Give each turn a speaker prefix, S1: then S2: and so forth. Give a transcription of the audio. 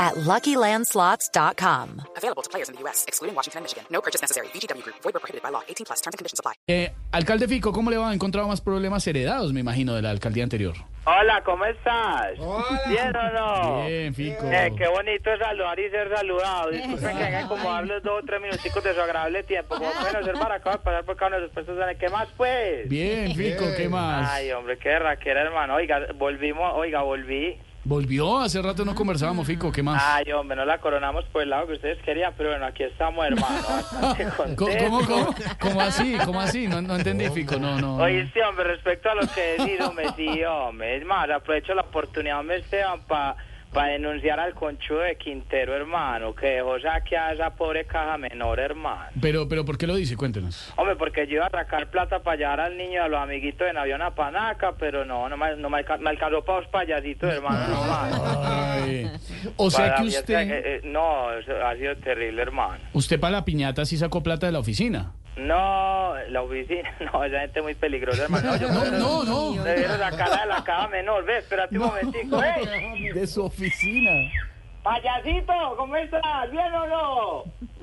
S1: at LuckyLandSlots.com.
S2: Available to players in the U.S., excluding Washington and Michigan. No purchase necessary. VGW Group. Void where prohibited by law. 18 plus. Terms and conditions apply.
S3: Eh, alcalde Fico, ¿cómo le va? ¿Ha encontrado más problemas heredados, me imagino, de la alcaldía anterior?
S4: Hola, ¿cómo estás? ¿Bien o no?
S3: Bien, Fico.
S4: Eh, qué bonito es saludar y ser saludado. Disculpen que haga como hablo dos o tres minuticos de su agradable tiempo. Como pueden ser para acá, pasar por cada uno de sus puestos. ¿saben ¿Qué más, pues?
S3: Bien, Fico, ¿qué más?
S4: Ay, hombre, qué raquera, hermano. Oiga, volvimos, oiga, volví.
S3: Volvió, hace rato no conversábamos, Fico, ¿qué más?
S4: Ay, hombre, no la coronamos por el lado que ustedes querían, pero bueno, aquí estamos, hermano. Bastante
S3: ¿Cómo,
S4: contentos.
S3: cómo, cómo? ¿Cómo así? ¿Cómo así? No, no entendí, Fico, no, no.
S4: Oye, sí, hombre, respecto a lo que decís, hombre, sí, hombre, es más, aprovecho la oportunidad, hombre, Esteban, para denunciar al conchudo de Quintero, hermano, que dejó saquear a esa pobre caja menor, hermano.
S3: Pero, pero, ¿por qué lo dice? Cuéntenos.
S4: Hombre, porque yo iba a sacar plata para llevar al niño, a los amiguitos en avión a Panaca, pero no, no me, no me, alca- me alcanzó para los payasitos, hermano, no más.
S3: Ay, o sea
S4: Para
S3: que
S4: mí, o sea,
S3: usted,
S4: que, eh, no, eso ha sido terrible, hermano.
S3: usted para la piñata sí sacó plata de la oficina.
S4: No, la oficina, no, esa gente es muy peligrosa, hermano. yo
S3: No, no, no.
S4: Debieron sacarla de la caja menor, ve, espérate un momentico, eh.
S3: De su oficina.
S4: Payasito, ¿cómo estás? ¿Bien o no?